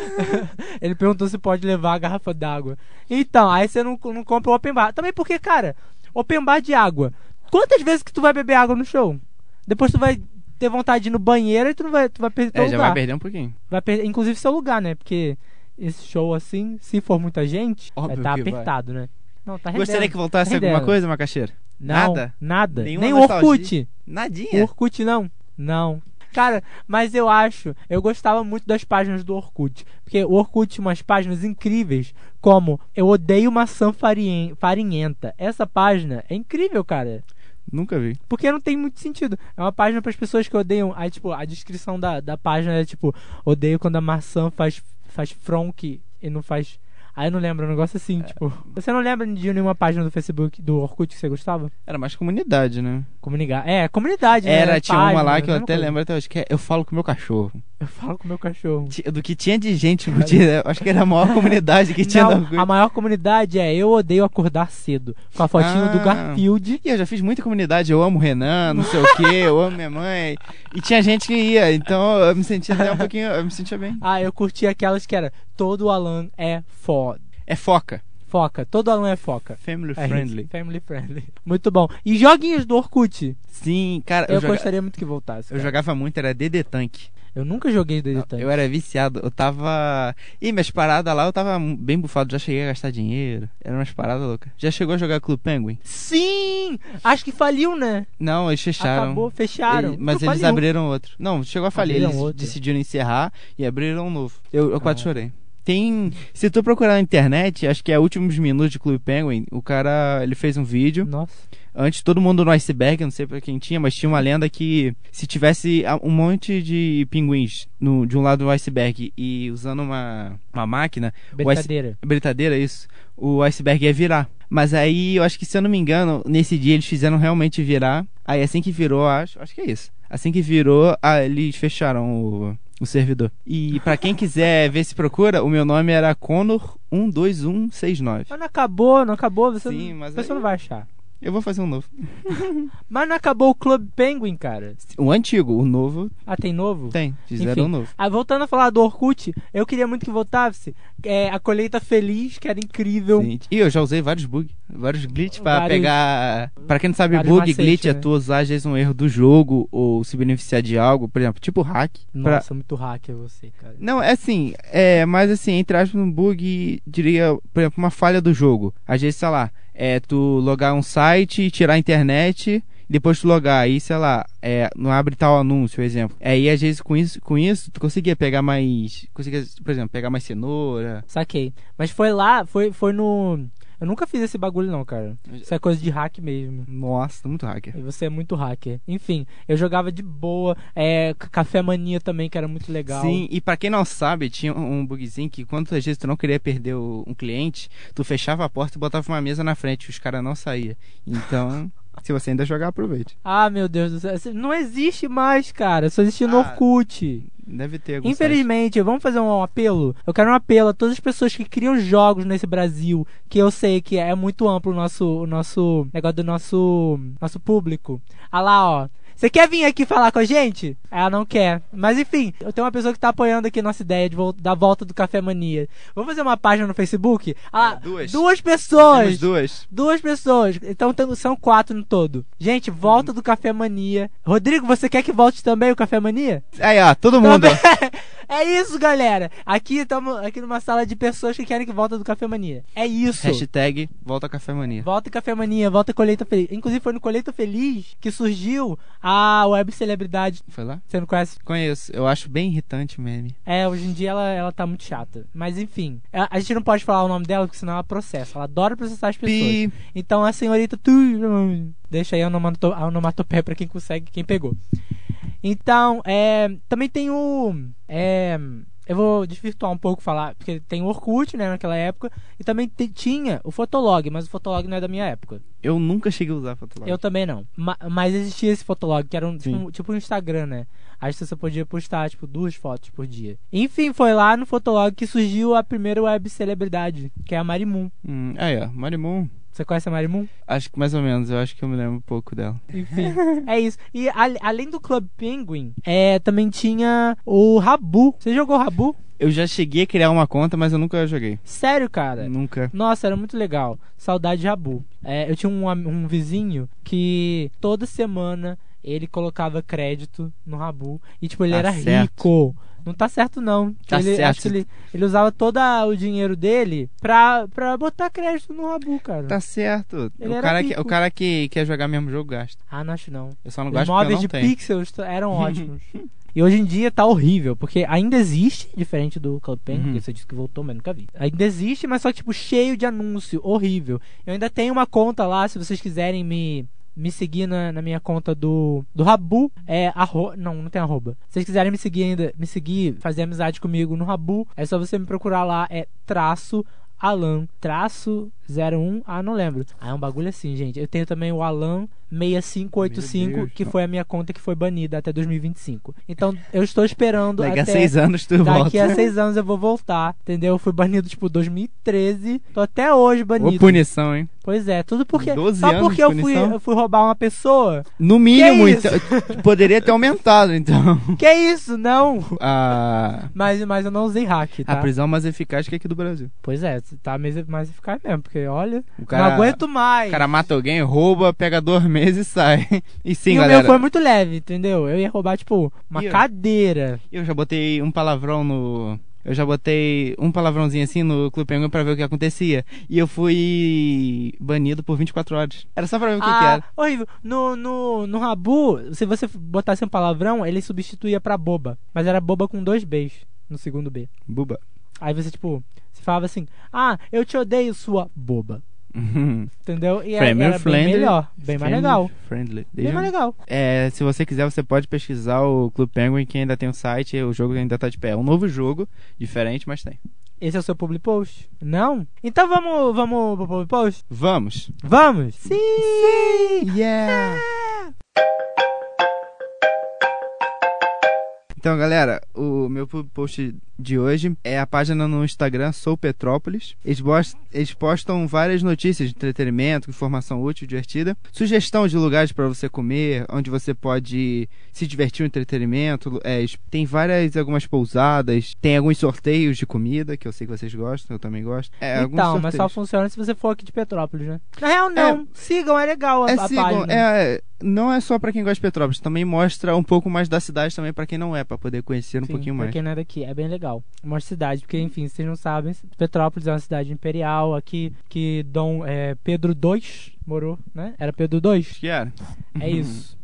[SPEAKER 2] Ele perguntou se pode levar a garrafa d'água. Então, aí você não, não compra o open bar. Também porque, cara, open bar de água. Quantas vezes que tu vai beber água no show? Depois tu vai ter vontade de ir no banheiro e tu, não vai, tu vai perder teu
[SPEAKER 1] É, já
[SPEAKER 2] lugar.
[SPEAKER 1] vai perder um pouquinho.
[SPEAKER 2] Vai perder, inclusive, seu lugar, né? Porque esse show, assim, se for muita gente, vai
[SPEAKER 1] Óbvio
[SPEAKER 2] tá
[SPEAKER 1] que vai.
[SPEAKER 2] apertado, né? Não, tá rendendo.
[SPEAKER 1] Gostaria que voltasse
[SPEAKER 2] Rendendo.
[SPEAKER 1] alguma coisa, Macaxeira?
[SPEAKER 2] Não,
[SPEAKER 1] nada?
[SPEAKER 2] Nada.
[SPEAKER 1] Nenhuma
[SPEAKER 2] Nem o Orkut.
[SPEAKER 1] nostalgia? Nadinha.
[SPEAKER 2] O Orkut não. Não. Cara, mas eu acho, eu gostava muito das páginas do Orkut. Porque o Orkut tinha umas páginas incríveis, como Eu Odeio Maçã Farien- Farinhenta. Essa página é incrível, cara.
[SPEAKER 1] Nunca vi.
[SPEAKER 2] Porque não tem muito sentido. É uma página para as pessoas que odeiam. Aí, tipo, a descrição da, da página é tipo: odeio quando a maçã faz, faz fronk e não faz. Aí eu não lembro, um
[SPEAKER 1] É.
[SPEAKER 2] negócio assim, tipo. Você não lembra de nenhuma página do Facebook, do Orkut que você gostava?
[SPEAKER 1] Era mais comunidade, né?
[SPEAKER 2] Comunicar. É, comunidade, né?
[SPEAKER 1] Era, tinha uma
[SPEAKER 2] Página,
[SPEAKER 1] lá que eu
[SPEAKER 2] mesma
[SPEAKER 1] até
[SPEAKER 2] coisa.
[SPEAKER 1] lembro até hoje, que é Eu Falo com o Meu Cachorro.
[SPEAKER 2] Eu falo com o meu cachorro.
[SPEAKER 1] Ti- Do que tinha de gente no dia, eu acho que era a maior comunidade que tinha
[SPEAKER 2] Não,
[SPEAKER 1] no Orkut.
[SPEAKER 2] a maior comunidade é Eu Odeio Acordar Cedo. Com a fotinho do
[SPEAKER 1] Ah.
[SPEAKER 2] Garfield.
[SPEAKER 1] E eu já fiz muita comunidade, eu amo o Renan, não sei o que, eu amo minha mãe. E tinha gente que ia, então eu me sentia até um pouquinho, eu me sentia bem.
[SPEAKER 2] Ah, eu curti aquelas que era Todo Alan é foda.
[SPEAKER 1] É foca.
[SPEAKER 2] Foca. Todo Alan é foca.
[SPEAKER 1] Family
[SPEAKER 2] É
[SPEAKER 1] friendly.
[SPEAKER 2] isso, family friendly. Muito bom. E joguinhos do Orkut.
[SPEAKER 1] Sim, cara,
[SPEAKER 2] Eu,
[SPEAKER 1] eu, joga-
[SPEAKER 2] gostaria muito que voltasse.
[SPEAKER 1] eu
[SPEAKER 2] cara.
[SPEAKER 1] jogava muito, era DD Tank.
[SPEAKER 2] Eu nunca joguei DD Tank.
[SPEAKER 1] Eu era viciado, eu tava. Ih, minhas paradas lá, eu tava mu- bem bufado, já cheguei a gastar dinheiro. Eram umas paradas loucas. Já chegou a jogar Clube Penguin?
[SPEAKER 2] Sim! Acho que faliu, né?
[SPEAKER 1] Não, eles fecharam.
[SPEAKER 2] Acabou, fecharam.
[SPEAKER 1] Ele- mas
[SPEAKER 2] Não,
[SPEAKER 1] eles
[SPEAKER 2] faliu.
[SPEAKER 1] abriram outro. Não, chegou a falir.
[SPEAKER 2] Abriram
[SPEAKER 1] Eles
[SPEAKER 2] outro.
[SPEAKER 1] decidiram encerrar e abriram um novo. Eu, eu quase
[SPEAKER 2] Ah.
[SPEAKER 1] chorei. Tem. Se tu procurar na internet, acho que é últimos minutos de Clube Penguin. O cara, ele fez um vídeo.
[SPEAKER 2] Nossa.
[SPEAKER 1] Antes, todo mundo no iceberg, eu não sei pra quem tinha, mas tinha uma lenda que se tivesse a- um monte de pinguins no- de um lado do iceberg e usando uma, uma máquina,
[SPEAKER 2] Brincadeira.
[SPEAKER 1] britadeira, isso, o iceberg ia virar. Mas aí, eu acho que, se eu não me engano, nesse dia eles fizeram realmente virar. Aí, assim que virou, acho, acho que é isso. Assim que virou, ah, eles fecharam o, o servidor. E pra quem quiser ver se procura, o meu nome era Conor12169.
[SPEAKER 2] Mas não acabou, não acabou. Você,
[SPEAKER 1] Sim,
[SPEAKER 2] não,
[SPEAKER 1] mas
[SPEAKER 2] você
[SPEAKER 1] aí-
[SPEAKER 2] não vai achar.
[SPEAKER 1] Eu vou fazer um novo.
[SPEAKER 2] Mas não acabou o Club Penguin, cara.
[SPEAKER 1] O antigo, o novo,
[SPEAKER 2] Ah, tem novo?
[SPEAKER 1] tem. Fizeram
[SPEAKER 2] Enfim.
[SPEAKER 1] um novo.
[SPEAKER 2] Ah, voltando a falar do Orkut, eu queria muito que voltasse é, a colheita feliz, que era incrível.
[SPEAKER 1] Sim. E eu já usei vários bugs, vários glitches pra
[SPEAKER 2] Vários-
[SPEAKER 1] pegar. Pra quem não sabe,
[SPEAKER 2] vários
[SPEAKER 1] bug,
[SPEAKER 2] macetes,
[SPEAKER 1] glitch é
[SPEAKER 2] né?
[SPEAKER 1] tu usar às vezes um erro do jogo ou se beneficiar de algo, por exemplo, tipo hack. pra-
[SPEAKER 2] Nossa, muito hacker você, cara.
[SPEAKER 1] Não, é assim, é, mas assim, entre aspas, um bug, diria, por exemplo, uma falha do jogo. Às vezes, sei lá, é tu logar um site, tirar a internet, depois tu logar, aí, sei lá, é, não abre tal anúncio, por exemplo. Aí, às vezes, com isso, com isso, tu conseguia pegar mais. Conseguia, por exemplo, pegar mais cenoura.
[SPEAKER 2] Saquei. Mas foi lá, foi, foi no. Eu nunca fiz esse bagulho, não, cara. Isso é coisa de hack mesmo.
[SPEAKER 1] Nossa, tô muito hacker.
[SPEAKER 2] E você é muito hacker. Enfim, eu jogava de boa. É, c- café mania também, que era muito legal.
[SPEAKER 1] Sim, e pra quem não sabe, tinha um bugzinho que quantas vezes tu não queria perder o- um cliente, tu fechava a porta e botava uma mesa na frente, os caras não saíam. Então, se você ainda jogar, aproveite.
[SPEAKER 2] Ah, meu Deus do céu. Isso Não existe mais, cara. Só existe no
[SPEAKER 1] Ah,
[SPEAKER 2] Orkut.
[SPEAKER 1] Deve ter algum
[SPEAKER 2] Infelizmente, vamos fazer um apelo? Eu quero um apelo a todas as pessoas que criam jogos nesse Brasil, que eu sei que é muito amplo o nosso, o nosso negócio do nosso, nosso público. Ah lá, ó. Você quer vir aqui falar com a gente? Ela não quer. Mas enfim, eu tenho uma pessoa que tá apoiando aqui nossa ideia de vol- da volta do Café Mania. Vamos fazer uma página no Facebook? Ah,
[SPEAKER 1] É, duas.
[SPEAKER 2] Duas
[SPEAKER 1] site.
[SPEAKER 2] pessoas.
[SPEAKER 1] Temos duas.
[SPEAKER 2] Duas pessoas. Então tem- são quatro no todo. Gente,
[SPEAKER 1] Uhum.
[SPEAKER 2] volta do Café Mania. Rodrigo, você quer que volte também o Café Mania?
[SPEAKER 1] Aí, ó, todo
[SPEAKER 2] Tá
[SPEAKER 1] mundo.
[SPEAKER 2] É isso, galera. Aqui estamos aqui numa sala de pessoas que querem que volta do Café Mania. É isso.
[SPEAKER 1] Hashtag Volta Café Mania.
[SPEAKER 2] Volta Café Mania, volta Colheita Feliz. Inclusive foi no Colheita Feliz que surgiu a web celebridade.
[SPEAKER 1] Foi lá?
[SPEAKER 2] Você não conhece?
[SPEAKER 1] Conheço. Eu acho bem irritante o meme.
[SPEAKER 2] É, hoje em dia ela, ela tá muito chata. Mas enfim, é, a, a gente não pode falar o nome dela porque senão ela processa. Ela adora processar as pessoas.
[SPEAKER 1] Pi.
[SPEAKER 2] Então a senhorita. tu- Deixa aí a onomato- a onomatopeia pra quem consegue, quem pegou. Então, é, também tem o. É, Eu vou desvirtuar um pouco falar, porque tem o Orkut, né, naquela época, e também te- tinha o Fotolog, mas o Fotolog não é da minha época.
[SPEAKER 1] Eu nunca cheguei a usar Fotolog.
[SPEAKER 2] Eu também não. Ma- mas existia esse Fotolog, que era um, tipo,
[SPEAKER 1] Sim.
[SPEAKER 2] um- tipo um Instagram, né? Aí você só podia postar, tipo, duas fotos por dia. Enfim, foi lá no Fotolog que surgiu a primeira web celebridade, que é a Marimun.
[SPEAKER 1] Hum, aí, ó, Marimun.
[SPEAKER 2] Você conhece a Marimun?
[SPEAKER 1] Acho que mais ou menos, eu acho que eu me lembro um pouco dela.
[SPEAKER 2] Enfim, é isso. E al- além do Club Penguin, é, também tinha o Rabu. Você jogou Rabu?
[SPEAKER 1] Eu já cheguei a criar uma conta, mas eu nunca joguei.
[SPEAKER 2] Sério, cara?
[SPEAKER 1] Nunca.
[SPEAKER 2] Nossa, era muito legal. Saudade de Rabu. É, eu tinha um, am- um vizinho que toda semana ele colocava crédito no Rabu. E, tipo, ele
[SPEAKER 1] Tá
[SPEAKER 2] era
[SPEAKER 1] certo.
[SPEAKER 2] rico. Não tá certo, não.
[SPEAKER 1] Tá
[SPEAKER 2] ele,
[SPEAKER 1] certo.
[SPEAKER 2] acho que Ele, ele usava todo a- o dinheiro dele pra, pra botar crédito no Rabu, cara.
[SPEAKER 1] Tá certo.
[SPEAKER 2] Ele
[SPEAKER 1] o
[SPEAKER 2] era
[SPEAKER 1] cara, que,
[SPEAKER 2] rico.
[SPEAKER 1] o cara que quer jogar mesmo jogo gasta.
[SPEAKER 2] Ah, não acho não.
[SPEAKER 1] Eu só não
[SPEAKER 2] Os
[SPEAKER 1] gosto porque eu
[SPEAKER 2] móveis de
[SPEAKER 1] não tenho.
[SPEAKER 2] pixels t- eram ótimos. E hoje em dia tá horrível, porque ainda existe, diferente do Club Penguin,
[SPEAKER 1] Uhum.
[SPEAKER 2] que você disse que voltou, mas nunca vi. Ainda existe, mas só que, tipo, cheio de anúncio, horrível. Eu ainda tenho uma conta lá, se vocês quiserem me, me seguir na, na minha conta do, do Rabu, é arro... Não, não tem arroba. Se vocês quiserem me seguir ainda, me seguir, fazer amizade comigo no Rabu, é só você me procurar lá, é traço Alan, traço 01, ah, não lembro. Ah, é um bagulho assim, gente. Eu tenho também o Alan
[SPEAKER 1] Meu
[SPEAKER 2] 6585,
[SPEAKER 1] Deus,
[SPEAKER 2] que
[SPEAKER 1] não.
[SPEAKER 2] foi a minha conta que foi banida até 2025. Então, eu estou esperando
[SPEAKER 1] Daqui
[SPEAKER 2] até...
[SPEAKER 1] a seis anos tu
[SPEAKER 2] Daqui
[SPEAKER 1] volta.
[SPEAKER 2] a seis anos eu vou voltar, entendeu? Eu fui banido, tipo, 2013. Tô até hoje
[SPEAKER 1] Ô,
[SPEAKER 2] banido.
[SPEAKER 1] punição, hein?
[SPEAKER 2] Pois é, tudo porque...
[SPEAKER 1] 12
[SPEAKER 2] só
[SPEAKER 1] anos
[SPEAKER 2] porque
[SPEAKER 1] de
[SPEAKER 2] eu fui,
[SPEAKER 1] punição?
[SPEAKER 2] eu fui roubar uma pessoa.
[SPEAKER 1] No mínimo,
[SPEAKER 2] Que isso?
[SPEAKER 1] então, poderia ter aumentado, então.
[SPEAKER 2] Que isso, não!
[SPEAKER 1] A,
[SPEAKER 2] Mas, mas eu não usei hack,
[SPEAKER 1] a
[SPEAKER 2] tá?
[SPEAKER 1] prisão mais eficaz que aqui do Brasil.
[SPEAKER 2] Pois é, tá mais, mais eficaz mesmo, porque olha...
[SPEAKER 1] O cara,
[SPEAKER 2] não aguento mais.
[SPEAKER 1] o cara mata alguém, rouba, pega dois meses e sai. E sim,
[SPEAKER 2] e o
[SPEAKER 1] galera.
[SPEAKER 2] meu foi muito leve, entendeu? Eu ia roubar, tipo, uma
[SPEAKER 1] Ih, ó.
[SPEAKER 2] cadeira.
[SPEAKER 1] Eu já botei um palavrão no. Eu já botei um palavrãozinho assim no Clube Penguin pra ver o que acontecia. E eu fui banido por 24 horas. Era só pra ver o que, que
[SPEAKER 2] ah,
[SPEAKER 1] era.
[SPEAKER 2] horrível. No, no, no Rabu, se você botasse um palavrão, ele substituía pra boba. Mas era boba com dois Bs no segundo B.
[SPEAKER 1] Buba.
[SPEAKER 2] Aí você, tipo, você falava assim: Ah, eu te odeio, sua boba. Entendeu? E era,
[SPEAKER 1] Friendly,
[SPEAKER 2] era bem
[SPEAKER 1] friendly,
[SPEAKER 2] melhor, bem mais
[SPEAKER 1] Friendly-
[SPEAKER 2] legal.
[SPEAKER 1] Friendly.
[SPEAKER 2] Bem mais legal.
[SPEAKER 1] É, se você quiser, você pode pesquisar o Clube Penguin, que ainda tem o site, o jogo ainda tá de pé. É um novo jogo, diferente, mas tem.
[SPEAKER 2] Esse é o seu public post? Não? Então vamos, vamos pro public post?
[SPEAKER 1] Vamos!
[SPEAKER 2] Vamos? Sim!
[SPEAKER 1] Yeah! Então, galera, o meu pub post de hoje é a página no Instagram Sou Petrópolis. Eles, bos- eles postam várias notícias de entretenimento, informação útil, divertida, sugestão de lugares para você comer, onde você pode se divertir no entretenimento. É, es- tem várias algumas pousadas, tem alguns sorteios de comida que eu sei que vocês gostam, eu também gosto. É, alguns
[SPEAKER 2] então, mas só
[SPEAKER 1] sorteios.
[SPEAKER 2] funciona se você for aqui de Petrópolis, né? Na real, não. Sigam, é legal a,
[SPEAKER 1] É,
[SPEAKER 2] a
[SPEAKER 1] sigam,
[SPEAKER 2] página.
[SPEAKER 1] é, não é só pra quem gosta de Petrópolis, também mostra um pouco mais da cidade também pra quem não é, pra poder conhecer um
[SPEAKER 2] Sim,
[SPEAKER 1] pouquinho mais.
[SPEAKER 2] Pra quem não é daqui, é bem legal. Uma cidade, porque, enfim, vocês não sabem, Petrópolis é uma cidade imperial aqui que Dom é, Pedro II morou, né? Era Pedro II.
[SPEAKER 1] Acho que era.
[SPEAKER 2] É isso.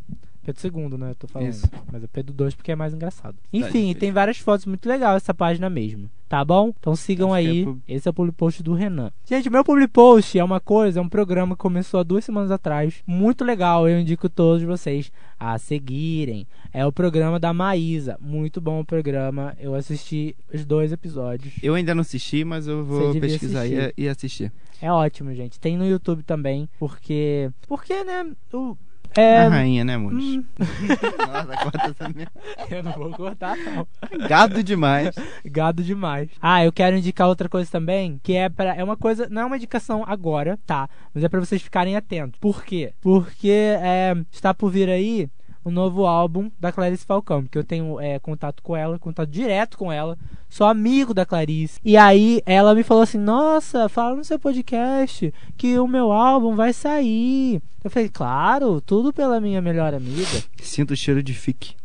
[SPEAKER 2] Pedro II, né? Eu tô falando.
[SPEAKER 1] Uhum. Isso.
[SPEAKER 2] Mas é Pedro II porque é mais engraçado.
[SPEAKER 1] Tá,
[SPEAKER 2] Enfim,
[SPEAKER 1] enfim.
[SPEAKER 2] tem várias fotos muito legais essa página mesmo. Tá bom? Então sigam
[SPEAKER 1] Acho que é
[SPEAKER 2] aí.
[SPEAKER 1] pub-
[SPEAKER 2] Esse é o public post do Renan. Gente, meu public post é uma coisa, é um programa que começou há duas semanas atrás. Muito legal. Eu indico todos vocês a seguirem. É o programa da Maísa. Muito bom o programa. Eu assisti os dois episódios.
[SPEAKER 1] Eu ainda não assisti, mas eu
[SPEAKER 2] Você
[SPEAKER 1] vou
[SPEAKER 2] devia
[SPEAKER 1] pesquisar e-
[SPEAKER 2] assistir.
[SPEAKER 1] E, assistir.
[SPEAKER 2] É ótimo, gente. Tem no YouTube também. Porque. Porque, né? O. É.
[SPEAKER 1] A rainha, né, Mules?
[SPEAKER 2] hum,
[SPEAKER 1] Nossa, corta essa merda.
[SPEAKER 2] eu não vou cortar, não.
[SPEAKER 1] Gado demais.
[SPEAKER 2] Gado demais. Ah, eu quero indicar outra coisa também, que é para é uma coisa, não é uma indicação agora, tá? Mas é pra vocês ficarem atentos. Por quê? Porque é, está por vir aí o novo álbum da Clarice Falcão, que eu tenho é, contato com ela, contato direto com ela, sou amigo da Clarice. E aí ela me falou assim: "Nossa, fala no seu podcast que o meu álbum vai sair". Eu falei: "Claro, tudo pela minha melhor amiga".
[SPEAKER 1] Sinto o cheiro de fique.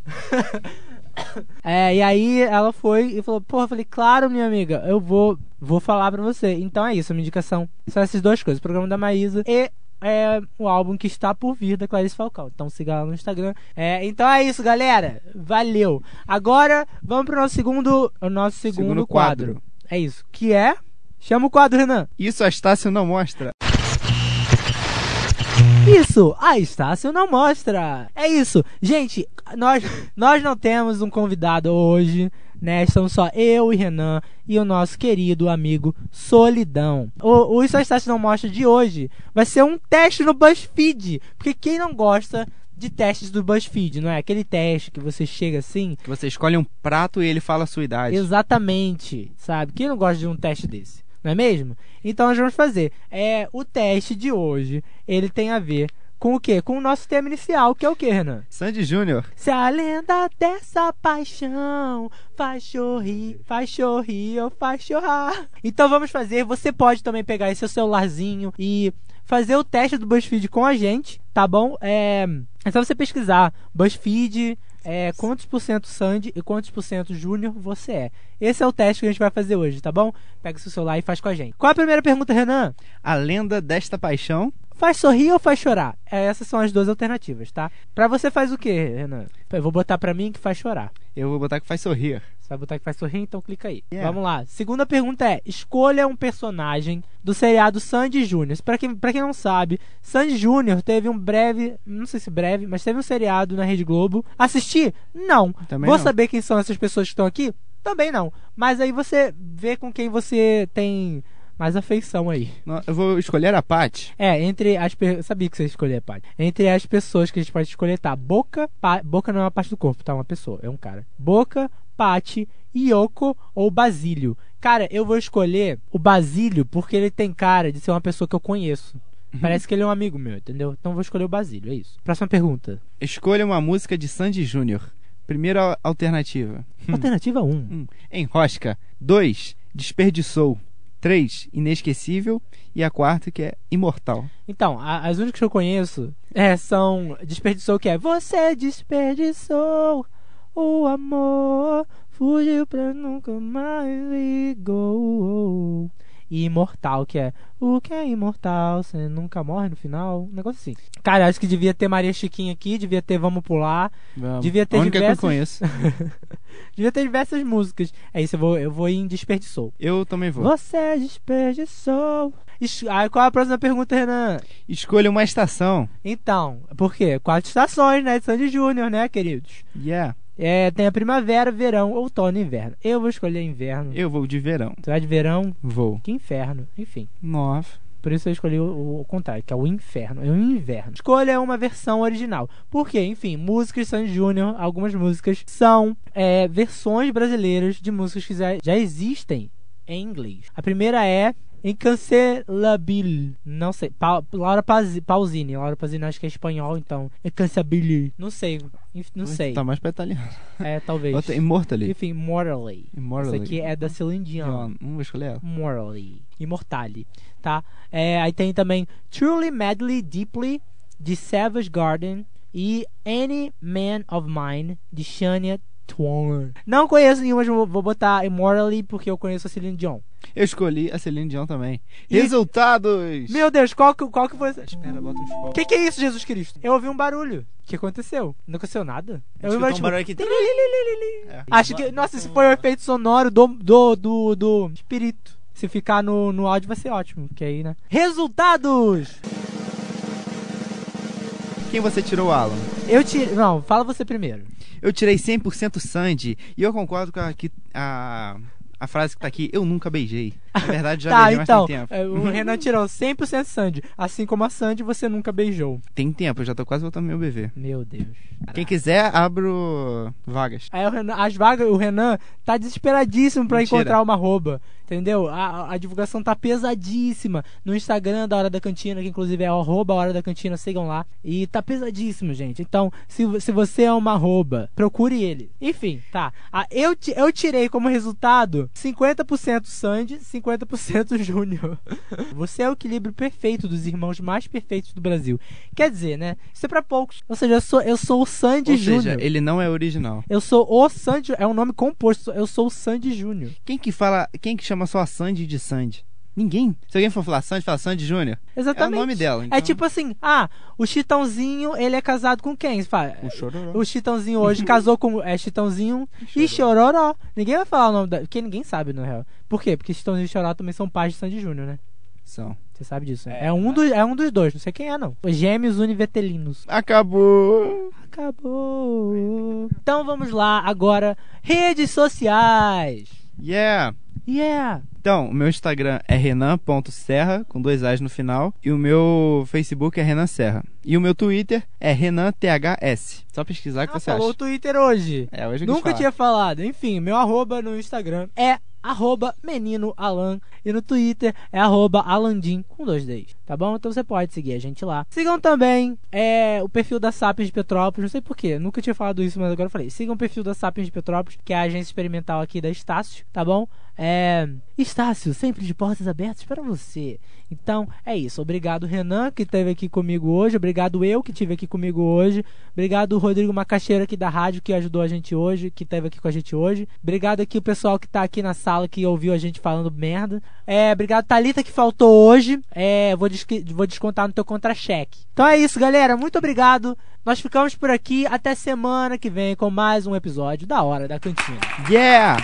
[SPEAKER 2] É, e aí ela foi e falou, porra, eu falei, claro, minha amiga, eu vou, vou falar pra você. Então é isso, a minha indicação. São essas duas coisas, o programa da Maísa e é, o álbum que está por vir da Clarice Falcão. Então siga lá no Instagram. É, então é isso, galera. Valeu. Agora vamos pro nosso segundo, o nosso segundo,
[SPEAKER 1] Segundo
[SPEAKER 2] quadro.
[SPEAKER 1] quadro.
[SPEAKER 2] É isso, que é... Chama o quadro, Renan.
[SPEAKER 1] Isso a Estácio não mostra.
[SPEAKER 2] Isso, a Estácio não mostra. É isso. Gente, nós, nós não temos um convidado hoje. né? São só eu e Renan e o nosso querido amigo Solidão. O, o Isso a Estácio Não Mostra de hoje vai ser um teste no BuzzFeed, porque quem não gosta de testes do BuzzFeed, não é? Aquele teste que você chega assim
[SPEAKER 1] Que você escolhe um prato e ele fala a sua idade.
[SPEAKER 2] Exatamente, sabe? Quem não gosta de um teste desse, não é mesmo? Então nós vamos fazer. É, o teste de hoje, ele tem a ver com o quê? Com o nosso tema inicial, que é o quê, Renan?
[SPEAKER 1] Sandy Júnior.
[SPEAKER 2] Se a lenda dessa paixão faz chorrir, faz chorrir ou faz chorar. Então vamos fazer. Você pode também pegar esse seu celularzinho e fazer o teste do BuzzFeed com a gente, tá bom? É, é só você pesquisar BuzzFeed, é, quantos por cento Sandy e quantos por cento Júnior você é. Esse é o teste que a gente vai fazer hoje, tá bom? Pega o seu celular e faz com a gente. Qual a primeira pergunta, Renan?
[SPEAKER 1] A lenda desta paixão.
[SPEAKER 2] Faz sorrir ou faz chorar? É, Essas são as duas alternativas, tá? Pra você faz o quê, Renan? Eu vou botar pra mim que faz chorar.
[SPEAKER 1] Eu vou botar que faz sorrir.
[SPEAKER 2] Você vai botar que faz sorrir, então clica aí.
[SPEAKER 1] Yeah.
[SPEAKER 2] Vamos lá. Segunda pergunta é: escolha um personagem do seriado Sandy Júnior. Pra quem, pra quem não sabe, Sandy Júnior teve um breve, não sei se breve, mas teve um seriado na Rede Globo. Assistir? Não.
[SPEAKER 1] Também
[SPEAKER 2] Vou
[SPEAKER 1] não.
[SPEAKER 2] saber quem são essas pessoas que estão aqui? Também não. Mas aí você vê com quem você tem mais afeição aí.
[SPEAKER 1] No- Eu vou escolher a Paty.
[SPEAKER 2] É, entre as pe... Sabia que você ia escolher, Paty. Entre as pessoas que a gente pode escolher, tá? Boca. Pa... Boca não é uma parte do corpo, tá? Uma pessoa, é um cara. Boca, Paty, Yoko ou Basílio. Cara, eu vou escolher o Basílio porque ele tem cara de ser uma pessoa que eu conheço. Parece que ele é um amigo meu, entendeu? Então eu vou escolher o Basílio, é isso. Próxima pergunta.
[SPEAKER 1] Escolha uma música de Sandy Júnior. Primeira al- alternativa.
[SPEAKER 2] Alternativa 1.
[SPEAKER 1] Hum. Enrosca. 2. Desperdiçou. 3. Inesquecível. E a quarta que é imortal.
[SPEAKER 2] Então, a- as únicas que eu conheço é, são Desperdiçou, que é Você desperdiçou o amor, fugiu pra nunca mais ligou. E Imortal, que é O que é imortal? Você nunca morre no final? Um negócio assim. Cara, acho que devia ter Maria Chiquinha aqui, devia ter Vamos Pular, Devia ter
[SPEAKER 1] a única
[SPEAKER 2] diversos-
[SPEAKER 1] que eu conheço.
[SPEAKER 2] devia ter diversas músicas. É isso, eu vou, eu vou em Desperdiçou.
[SPEAKER 1] Eu também vou.
[SPEAKER 2] Você desperdiçou. Ixi, Aí qual é a próxima pergunta, Renan?
[SPEAKER 1] Escolha uma estação.
[SPEAKER 2] Então, por quê? Quatro estações, né? De Sandy Júnior, né, queridos?
[SPEAKER 1] Yeah.
[SPEAKER 2] É, tem a primavera, verão, outono e inverno. Eu vou escolher inverno.
[SPEAKER 1] Eu vou de verão.
[SPEAKER 2] Tu é de verão?
[SPEAKER 1] Vou.
[SPEAKER 2] Que inferno. Enfim.
[SPEAKER 1] Nove.
[SPEAKER 2] Por isso eu escolhi o, o contrário, que é o inferno. É o inverno. Escolha uma versão original. Por quê? Enfim, músicas de Sandy Júnior, algumas músicas, são é, versões brasileiras de músicas que já, já existem em inglês. A primeira é Incancelabil. Não sei. Pa- Laura Paz- Pausini. Laura Pausini acho que é espanhol, então. Incancelabilir. Não sei. Inf- Não sei.
[SPEAKER 1] Tá mais pra italiano.
[SPEAKER 2] É, talvez.
[SPEAKER 1] Outra, Immortally.
[SPEAKER 2] Enfim, Morally. Essa
[SPEAKER 1] Immortally.
[SPEAKER 2] aqui é da Celine Dion.
[SPEAKER 1] Não, não vou escolher ela.
[SPEAKER 2] Morally, Immortale, tá? É, aí tem também Truly Madly Deeply, de Savage Garden, e Any Man of Mine, de Shania Twain. Não conheço nenhuma, mas vou vou botar Immortally porque eu conheço a Celine Dion.
[SPEAKER 1] Eu escolhi a Celine Dion também.
[SPEAKER 2] E-
[SPEAKER 1] Resultados!
[SPEAKER 2] Meu Deus, qual que, qual que foi essa?
[SPEAKER 1] Espera, bota um foco.
[SPEAKER 2] Que que é isso, Jesus Cristo? Eu ouvi um barulho. O que aconteceu? Não aconteceu nada. Eu ouvi tipo,
[SPEAKER 1] Escutou um barulho aqui.
[SPEAKER 2] "Tililililili".
[SPEAKER 1] É.
[SPEAKER 2] Acho que. Nossa, esse foi o efeito sonoro do, do, do, do espírito. Se ficar no, no áudio vai ser ótimo, porque aí, né? Resultados!
[SPEAKER 1] Quem você tirou, Alan?
[SPEAKER 2] Eu tirei. Não, fala você primeiro.
[SPEAKER 1] Eu tirei 100% Sandy e eu concordo com a, que- a, a frase que tá aqui. Eu nunca beijei. Na verdade, já
[SPEAKER 2] tá,
[SPEAKER 1] beijei,
[SPEAKER 2] então.
[SPEAKER 1] mas tem tempo.
[SPEAKER 2] é, O Renan tirou 100% Sandy. Assim como a Sandy, você nunca beijou.
[SPEAKER 1] Tem tempo, eu já tô quase voltando meu bebê.
[SPEAKER 2] Meu Deus.
[SPEAKER 1] Quem quiser, abro vagas.
[SPEAKER 2] Aí o Renan, as vagas, o Renan tá desesperadíssimo pra
[SPEAKER 1] Mentira.
[SPEAKER 2] encontrar uma arroba. Entendeu? A, a- a divulgação tá pesadíssima no Instagram da Hora da Cantina, que inclusive é arroba Hora da Cantina, sigam lá. E tá pesadíssimo, gente. Então, se, vo- se você é uma arroba, procure ele. Enfim, tá. Ah, eu, ti- eu tirei como resultado 50% Sandy, 50% Júnior. Você é o equilíbrio perfeito dos irmãos mais perfeitos do Brasil. Quer dizer, né? Isso é pra poucos. Ou seja, eu sou, eu sou o Sandy
[SPEAKER 1] Ou seja,
[SPEAKER 2] Júnior.
[SPEAKER 1] ele não é original.
[SPEAKER 2] Eu sou o Sandy, é um nome composto, eu sou o Sandy Júnior.
[SPEAKER 1] Quem que fala. Quem que chama só a Sandy de Sandy? Ninguém. Se alguém for falar Sandy, fala Sandy Júnior. É o
[SPEAKER 2] Exatamente.
[SPEAKER 1] nome dela.
[SPEAKER 2] É
[SPEAKER 1] então-
[SPEAKER 2] tipo assim, ah, o Chitãozinho, ele é casado com quem? Você fala, "É,
[SPEAKER 1] O chororó.
[SPEAKER 2] o Chitãozinho hoje casou com é Chitãozinho e Chororó. Ninguém vai falar o nome da, porque ninguém sabe na real. Por quê? Porque Chitãozinho e Chororó também são pais de Sandy Júnior, né?
[SPEAKER 1] São.
[SPEAKER 2] Você sabe disso, né? É, um, dos, é um dos dois, não sei quem é, não. Os gêmeos univitelinos.
[SPEAKER 1] Acabou.
[SPEAKER 2] Acabou. Então vamos lá, agora, redes sociais.
[SPEAKER 1] Yeah.
[SPEAKER 2] Yeah.
[SPEAKER 1] Então, o meu Instagram é renan.serra, com dois A's no final. E o meu Facebook é Renan Serra. E o meu Twitter é RenanTHS. Só pesquisar é que
[SPEAKER 2] Ah,
[SPEAKER 1] você
[SPEAKER 2] falou o
[SPEAKER 1] acha.
[SPEAKER 2] Twitter hoje.
[SPEAKER 1] É, hoje eu quis
[SPEAKER 2] Nunca
[SPEAKER 1] falar.
[SPEAKER 2] tinha falado. Enfim, meu arroba no Instagram é arroba menino Alan e no Twitter é arroba Alandim com dois Ds, tá bom? Então você pode seguir a gente lá. Sigam também é, o perfil da Sapiens de Petrópolis, não sei porquê, nunca tinha falado isso, mas agora eu falei. Sigam o perfil da Sapiens de Petrópolis, que é a agência experimental aqui da Estácio, tá bom? É, Estácio, sempre de portas abertas para você. Então é isso. Obrigado, Renan, que esteve aqui comigo hoje. Obrigado, eu, que estive aqui comigo hoje. Obrigado, Rodrigo Macaxeira, aqui da rádio, que ajudou a gente hoje, que esteve aqui com a gente hoje. Obrigado aqui o pessoal que tá aqui na sala, que ouviu a gente falando merda. É, obrigado, Thalita, que faltou hoje. É, vou, desque- vou descontar no teu contra-cheque. Então é isso, galera. Muito obrigado. Nós ficamos por aqui. Até semana que vem com mais um episódio da Hora da Cantina.
[SPEAKER 1] Yeah!